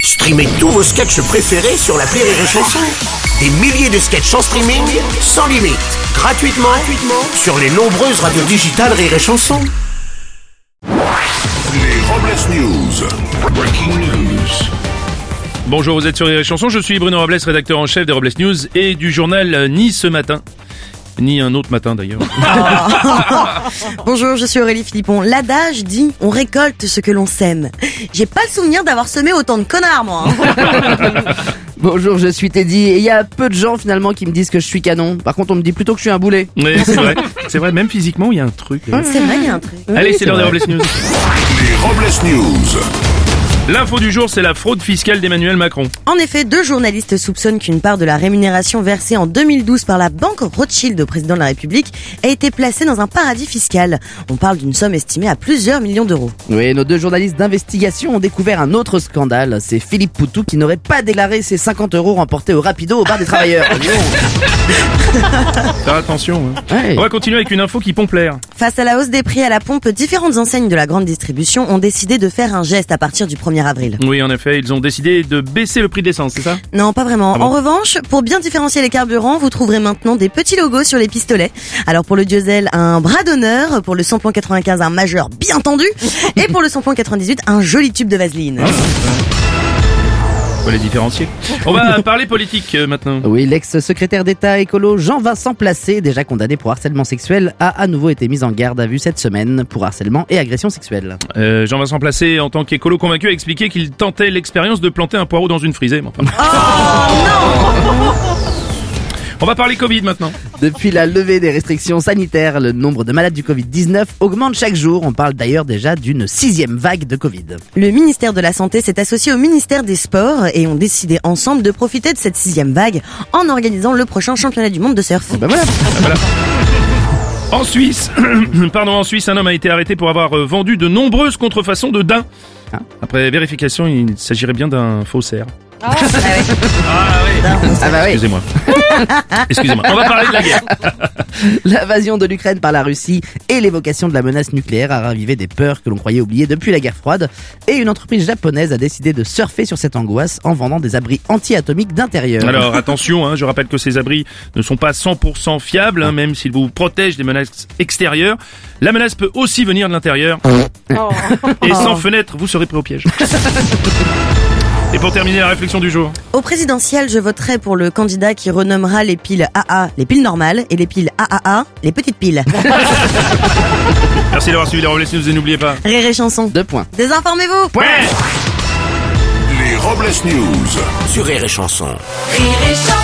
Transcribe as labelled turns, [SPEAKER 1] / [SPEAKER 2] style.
[SPEAKER 1] Streamez tous vos sketchs préférés sur la Rire et Chanson. Des milliers de sketchs en streaming, sans limite, gratuitement, gratuitement sur les nombreuses radios digitales Rire et Chanson.
[SPEAKER 2] Les Robles News. Breaking news.
[SPEAKER 3] Bonjour, vous êtes sur Rire et Chanson, je suis Bruno Robles, rédacteur en chef des Robles News et du journal euh, Ni ce matin. Ni un autre matin d'ailleurs.
[SPEAKER 4] Bonjour, je suis Aurélie Philippon. L'adage dit on récolte ce que l'on sème. J'ai pas le souvenir d'avoir semé autant de connards, moi. hein.
[SPEAKER 5] Bonjour, je suis Teddy. Et il y a peu de gens finalement qui me disent que je suis canon. Par contre, on me dit plutôt que je suis un boulet.
[SPEAKER 3] Mais c'est vrai, c'est vrai, même physiquement, il y a un truc. d'ailleurs.
[SPEAKER 4] C'est vrai, il y a un truc.
[SPEAKER 3] Allez, c'est l'heure des Robles News.
[SPEAKER 2] Les Robles News.
[SPEAKER 3] L'info du jour, c'est la fraude fiscale d'Emmanuel Macron.
[SPEAKER 4] En effet, deux journalistes soupçonnent qu'une part de la rémunération versée en 2012 par la banque Rothschild au président de la République a été placée dans un paradis fiscal. On parle d'une somme estimée à plusieurs millions d'euros.
[SPEAKER 5] Oui, nos deux journalistes d'investigation ont découvert un autre scandale. C'est Philippe Poutou qui n'aurait pas déclaré ses 50 euros remportés au Rapido au bar des travailleurs. Dis donc.
[SPEAKER 3] Faire attention. hein.
[SPEAKER 5] Ouais.
[SPEAKER 3] On va continuer avec une info qui pompe l'air.
[SPEAKER 4] Face à la hausse des prix à la pompe, différentes enseignes de la grande distribution ont décidé de faire un geste à partir du 1er avril.
[SPEAKER 3] Oui, en effet, ils ont décidé de baisser le prix de l'essence, c'est ça
[SPEAKER 4] Non, pas vraiment.
[SPEAKER 3] Ah bon
[SPEAKER 4] en revanche, pour bien différencier les carburants, vous trouverez maintenant des petits logos sur les pistolets. Alors pour le diesel, un bras d'honneur, pour le samplon 95, un majeur bien tendu, et pour le samplon 98, un joli tube de
[SPEAKER 3] Ah.
[SPEAKER 4] vaseline.
[SPEAKER 3] Faut les différencier. On va parler politique euh, maintenant.
[SPEAKER 5] Oui, l'ex-secrétaire d'État écolo Jean-Vincent Placé, déjà condamné pour harcèlement sexuel, a à nouveau été mis en garde à vue cette semaine pour harcèlement et agression sexuelle.
[SPEAKER 3] Euh, Jean-Vincent Placé, en tant qu'écolo convaincu, a expliqué qu'il tentait l'expérience de planter un poireau dans une frisée. mais enfin
[SPEAKER 5] Oh,
[SPEAKER 3] bon. On va parler Covid maintenant.
[SPEAKER 5] Depuis la levée des restrictions sanitaires, le nombre de malades du Covid-19 augmente chaque jour. On parle d'ailleurs déjà d'une sixième vague de Covid.
[SPEAKER 4] Le ministère de la Santé s'est associé au ministère des Sports et ont décidé ensemble de profiter de cette sixième vague en organisant le prochain championnat du monde de surf.
[SPEAKER 3] Ah bah.
[SPEAKER 5] Ben voilà.
[SPEAKER 3] En Suisse, pardon, en Suisse, un homme a été arrêté pour avoir euh, vendu de nombreuses contrefaçons de daim.
[SPEAKER 5] Ah.
[SPEAKER 3] Après vérification, il s'agirait bien d'un faussaire.
[SPEAKER 5] Ah bah oui.
[SPEAKER 3] Excusez-moi. Excusez-moi. On va parler de la guerre.
[SPEAKER 5] L'invasion de l'Ukraine par la Russie et l'évocation de la menace nucléaire a ravivé des peurs que l'on croyait oubliées depuis la guerre froide. Et une entreprise japonaise a décidé de surfer sur cette angoisse en vendant des abris anti-atomiques d'intérieur.
[SPEAKER 3] Alors attention, hein, je rappelle que ces abris ne sont pas 100% fiables, hein, même s'ils vous protègent des menaces extérieures. La menace peut aussi venir de l'intérieur. Et sans fenêtre, vous serez pris au piège. Et pour terminer la réflexion du jour.
[SPEAKER 4] Au présidentiel, je voterai pour le candidat qui renommera les piles AA les piles normales et les piles AAA les petites piles.
[SPEAKER 3] Merci d'avoir suivi les Robles News et n'oubliez pas.
[SPEAKER 4] Rire et chanson.
[SPEAKER 5] Deux points.
[SPEAKER 4] Désinformez-vous
[SPEAKER 2] Les Robles News.
[SPEAKER 1] Sur Rire et Chanson.
[SPEAKER 6] Rire et chanson.